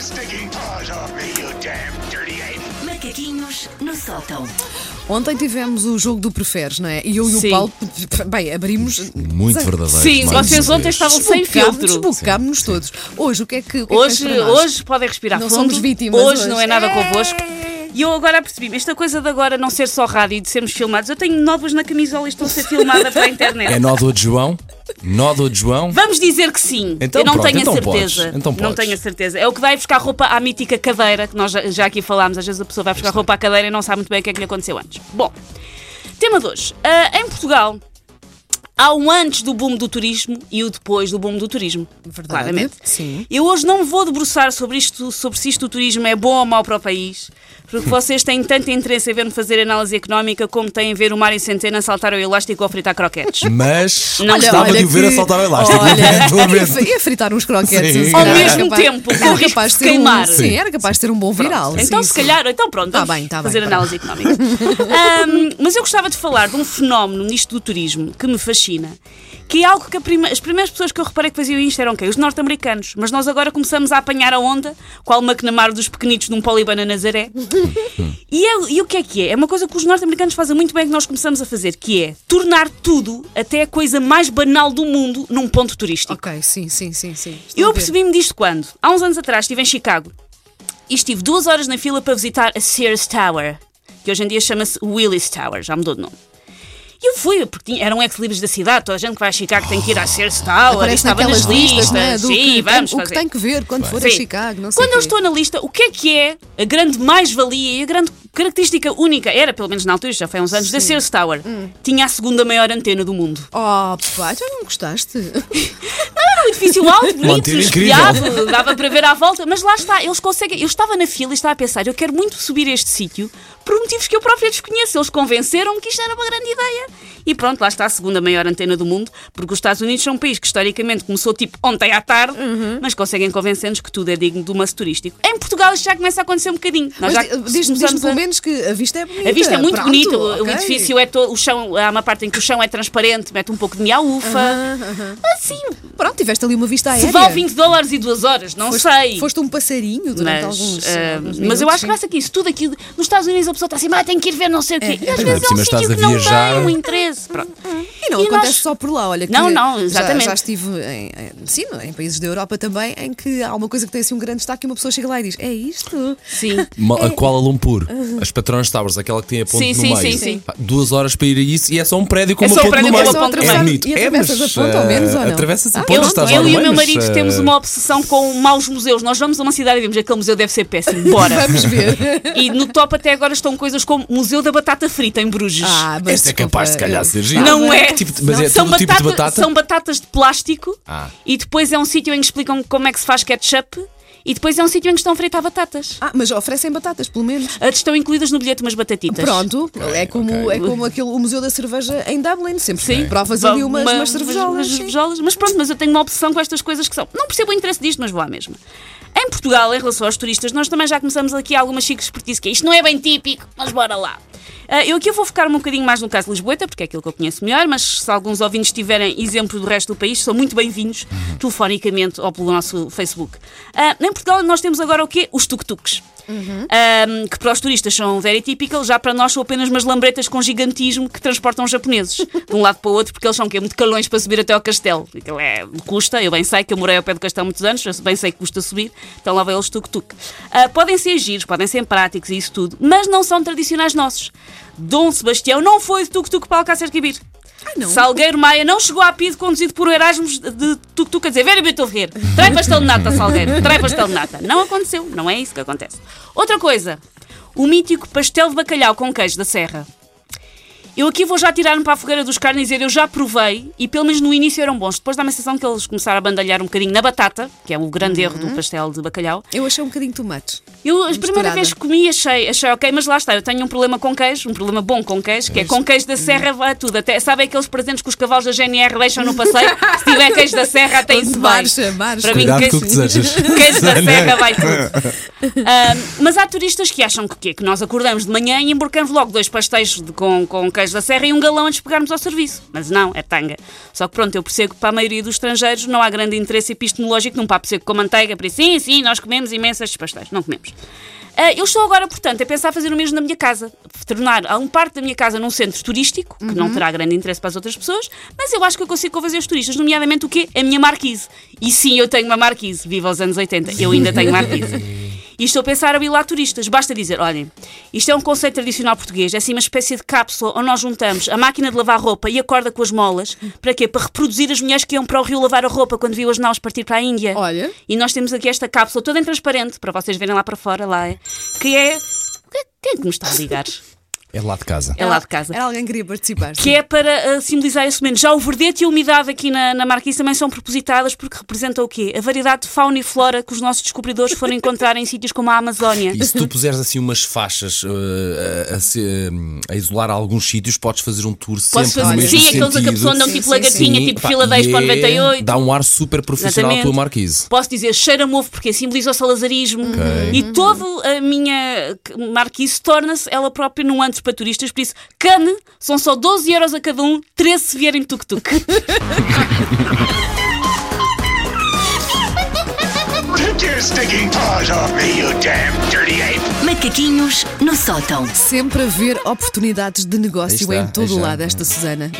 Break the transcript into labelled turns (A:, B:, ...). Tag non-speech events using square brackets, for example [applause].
A: sticking paws off me, you damn dirty ape!
B: Macaquinhos no sótão.
C: Ontem tivemos o jogo do Preferes, não é? E eu e
D: Sim.
C: o Paulo, p- p- bem, abrimos.
E: Muito verdadeiro.
D: Sim,
E: mais
D: vocês
E: uma
D: ontem
E: vez.
D: estavam sem
C: Desbocámos-
D: filtro.
C: Desbocámos-nos todos. Hoje, o que é que. O que é que
D: Hoje,
C: tens para nós?
D: hoje podem respirar
C: Não
D: fundo.
C: somos vítimas
D: Hoje,
C: hoje.
D: não é nada convosco. E eu agora percebi esta coisa de agora não ser só rádio e de sermos filmados. Eu tenho novos na camisola e estou a ser filmada para a internet.
E: É nódoa de João? Nódoa de João?
D: Vamos dizer que sim.
E: Então
D: eu não
E: pronto,
D: tenho
E: então
D: a certeza.
E: podes, então
D: não
E: podes.
D: tenho a certeza. É o que vai buscar roupa à mítica cadeira, que nós já, já aqui falámos. Às vezes a pessoa vai buscar roupa à cadeira e não sabe muito bem o que é que lhe aconteceu antes. Bom, tema 2. em Portugal. Há um antes do boom do turismo e o depois do boom do turismo.
C: Verdade,
D: Claramente.
C: sim.
D: Eu hoje não me vou debruçar sobre isto, sobre se isto do turismo é bom ou mau para o país,
E: [laughs]
D: porque vocês têm tanto interesse em ver-me fazer análise económica como têm em ver o Mário Centeno a saltar o elástico ou fritar croquetes.
E: Mas
D: Não. Olha,
E: gostava de o ver
C: que-
E: a saltar o elástico. [laughs]
C: [laughs] Olha,
E: Estou a ver.
C: ia fri- ia fritar uns croquetes.
E: Sim.
C: assim,
E: Ao
C: era
D: mesmo
C: capaz-
D: tempo, com
C: Era
D: risco
C: capaz
D: de
C: de ter um.
D: queimar.
C: Sim, era capaz de ter um bom viral.
D: Então,
C: sim,
D: se
C: sim.
D: calhar, então pronto,
C: Tá
D: vamos
C: bem, tá bem,
D: fazer
C: tá bem. [laughs]
D: análise económica. Ahm, mas eu gostava de falar de um fenómeno nisto do turismo que me fascina, que é algo que a prima- as primeiras pessoas que eu reparei que faziam isto eram quem? Os norte-americanos. Mas nós agora começamos a apanhar a onda, qual McNamara dos pequenitos num Polibana Nazaré. E, é- e o que é que é? É uma coisa que os norte-americanos fazem muito bem que nós começamos a fazer, que é tornar tudo, até a coisa mais banal do mundo, num ponto turístico.
C: Ok, sim, sim, sim. sim. Estou
D: Eu
C: a ver.
D: percebi-me disto quando? Há uns anos atrás estive em Chicago e estive duas horas na fila para visitar a Sears Tower, que hoje em dia chama-se Willis Tower, já mudou de nome. E eu fui, porque tinha, eram ex-libres da cidade, toda a gente que vai a Chicago tem que ir à Sears Tower, e
C: Parece
D: estava nas
C: naquelas listas,
D: listas,
C: não é? Do
D: sim,
C: que,
D: vamos
C: o que
D: fazer.
C: tem que ver quando for a
D: Sim.
C: Chicago, não sei.
D: Quando
C: o
D: eu
C: quê.
D: estou na lista, o que é que é a grande mais-valia e a grande característica única, era pelo menos na altura, isto já foi há uns anos, da Sears Tower?
C: Hum.
D: Tinha a segunda maior antena do mundo.
C: Oh, pá, já não gostaste?
D: um edifício alto, bonito,
E: Mantido incrível.
D: espiado, dava para ver à volta, mas lá está, eles conseguem. Eu estava na fila e estava a pensar, eu quero muito subir a este sítio por motivos que eu própria desconheço. Eles convenceram-me que isto era uma grande ideia. E pronto, lá está a segunda maior antena do mundo, porque os Estados Unidos são um país que historicamente começou tipo ontem à tarde,
C: Uhum.
D: mas conseguem convencer-nos que tudo é digno do maço turístico. Em Portugal isto já começa a acontecer um bocadinho.
C: Mas
D: Nós já
C: di- diz-me diz-me
D: começamos a-
C: pelo menos que a vista é bonita.
D: a vista é muito
C: Pronto,
D: bonita, o- o
C: ok.
D: edifício é todo, o chão, há uma parte em que o chão é transparente, mete um pouco de miaufa. Assim,
C: Pronto, tiveste ali uma vista aérea.
D: se vale 20 dólares e 2 horas, não
C: É foste,
D: sei.
C: Foste um passarinho durante
D: mas,
C: alguns,
D: ah,
C: alguns
D: mas eu
C: minutos,
D: acho
C: sim.
D: graça que isso, tudo aquilo. Nos Estados Unidos a pessoa está assim, ah, tem que ir ver não sei o quê. e às
E: é
D: vezes
E: verdade.
D: é um
E: Por cima estás
D: sítio que
E: a
D: não
E: viajar.
D: tem um interesse. Pronto.
C: E não
D: E
C: acontece
D: nós-
C: só por lá, olha que
D: Não, não,
C: já-
D: exatamente.
C: Já, estive em, em- sim, em países da Europa também em que há uma coisa que tem assim um grande destaque e uma pessoa chega lá e diz: É isto?
D: Sim.
E: Uma- a Kuala Lumpur, as Patronas Towers, aquela que tem a ponte
D: Sim,
E: no
D: sim, sim,
E: meio.
D: sim.
E: Pá, Duas horas para ir a isso e é só um prédio com
D: É
E: uma
D: só um
E: ponte
D: prédio
E: no
D: com
E: meio.
D: uma ponte no
E: é
D: meio.
E: bonito.
C: E
E: é,
C: atravessas
E: mas,
C: a ponte, ao menos,
E: eh,
C: ou não?
E: Atravessas a
C: Ah,
E: ponte,
D: Eu,
E: estás lá
D: eu
E: no
D: e o
E: meio,
D: meu
E: mas,
D: marido
E: eh,
D: temos uma obsessão com maus museus. Nós vamos a uma cidade e vemos aquele museu deve ser péssimo. Bora.
C: Vamos
D: [laughs]
C: ver.
D: e no top até agora estão coisas como Museu da Batata Frita em Bruges.
C: Ah, mas
E: Esta é capaz de, se
C: desculpa,
E: calhar,
C: eu-
E: ser giro.
D: Não é.
E: Tipo de- mas é
D: são,
E: todo tipo de
D: batata-
E: batata?
D: são batatas de plástico
E: Ah.
D: e depois é um sítio em que explicam como é que se faz ketchup e depois é um sítio em que estão a fritar batatas.
C: Ah, mas oferecem batatas, pelo menos.
D: Ah, Estão incluídas no bilhete umas batatitas.
C: Pronto, é como,
E: ok.
C: é como aquele, o Museu da Cerveja em Dublin, sempre
D: Sim.
C: provas
D: Vá-
C: ali umas,
D: uma-
C: umas cervejolas.
D: umas
C: sim.
D: cervejolas. Mas pronto, mas eu tenho uma obsessão com estas coisas que são. Não percebo o interesse disto, mas vou à mesma. Em Portugal, em relação aos turistas, nós também já começamos aqui algumas chiques expertise, que é isto não é bem típico, mas bora lá. Ah, eu aqui vou focar um bocadinho mais no caso de Lisboeta, porque é aquilo que eu conheço melhor, mas se alguns ouvintes tiverem exemplo do resto do país, são muito bem-vindos telefonicamente ou pelo nosso Facebook. Ah, em Portugal nós temos agora o quê? Os tuk-tuks. Uhum. Ahm, que para os turistas são very typical, já para nós são apenas umas lambretas com gigantismo que transportam os japoneses de um lado para o outro, porque eles são o quê? muito calões para subir até ao castelo. Aquilo é, custa, eu bem sei que eu morei ao pé do castelo há muitos anos, eu bem sei que custa subir, então lá vão eles tuk-tuk. Ah, podem ser giros, podem ser práticos e isso tudo, mas não são tradicionais nossos. Dom Sebastião não foi de tuk-tuk para Alcácer Quibir.
C: não?
D: Salgueiro Maia não chegou à PIDE conduzido por Erasmus de tuk-tuk a dizer Very beautiful here. Trai pastel de nata, Salgueiro. Trai pastel de nata. Não aconteceu. Não é isso que acontece. Outra coisa. O mítico pastel de bacalhau com queijo da serra. Eu aqui vou já tirar-me para a fogueira dos carnes e dizer eu já provei e pelo menos no início eram bons. Depois dá-me a sensação que eles começaram a bandalhar um bocadinho na batata, que é o grande erro do pastel de bacalhau.
C: Eu achei um bocadinho tomates.
D: Eu a primeira
C: misturada.
D: vez que comi achei, achei ok, mas lá está, eu tenho um problema com queijo, um problema bom com queijo, que é com queijo da serra vai tudo. Até, sabem aqueles presentes que os cavalos da GNR deixam no passeio? Se tiver queijo da serra,
C: [laughs]
D: até
C: Onde
D: isso vai.
C: marcha, marcha.
D: Para mim,
E: Cuidado
D: queijo-
E: com o que desejas.
D: [laughs] Queijo da serra vai tudo. Ahm, mas há turistas que acham que, o quê? que nós acordamos de manhã e emborcamos logo dois pastéis de- com, com queijo Queijo da Serra e um galão antes de pegarmos ao serviço. Mas não, é tanga. Só que pronto, eu percebo que para a maioria dos estrangeiros não há grande interesse epistemológico num papo seco com manteiga. Por isso, sim, sim, nós comemos imensas estes pastéis. Não comemos. Ah, eu estou agora, portanto, a pensar fazer o mesmo na minha casa. Tornar a um parte da minha casa num centro turístico, que não terá grande interesse para as outras pessoas, mas eu acho que eu consigo convencer os turistas, nomeadamente o quê? A minha marquise. E sim, eu tenho uma marquise. Viva os anos 80. Eu ainda tenho marquise. E estou a pensar a abrir lá turistas. Basta dizer, olhem, isto é um conceito tradicional português, é assim uma espécie de cápsula onde nós juntamos a máquina de lavar roupa e a corda com as molas. Para quê? Para reproduzir as mulheres que iam para o rio lavar a roupa quando viu as naus partir para a Índia.
C: Olha.
D: E nós temos aqui esta cápsula toda em transparente, para vocês verem lá para fora, lá é. Que é. Quem é que me está a ligar?
E: É lá de casa.
D: É lá de casa.
C: Era alguém que queria participar.
D: Que é para ah, simbolizar esse momento. Já o verdete e a umidade aqui na, na Marquise também são propositadas porque representam o quê? A variedade de fauna e flora que os nossos descobridores foram encontrar em sítios como a Amazónia.
E: E se tu puseres assim umas faixas eh, a, a se- a isolar alguns sítios, podes fazer um tour sempre
D: Posso fazer
E: no mesmo
D: sim, aqueles a que a
E: sentido.
D: pessoa andam
C: Sim,
D: tipo
C: sim,
D: lagartinha,
E: Sim,
D: tipo
E: pá,
D: fila 10 para o
E: e é-
D: 98.
E: Dá um ar super profissional à tua marquise.
D: Posso dizer cheira-me ovo porque simboliza o salazarismo e
C: Uhum.
D: toda a minha marquise torna-se ela própria num antro para turistas. Por isso, cane, são só 12 euros a cada um, 13 se vierem tuk-tuk.
A: Take your stinking paws off me, you damn dirty ape!
B: Macaquinhos no sótão.
D: é
C: Sempre haver oportunidades de negócio
E: Aí está,
C: em todo
E: aí
C: o
E: está.
C: lado, esta Susana.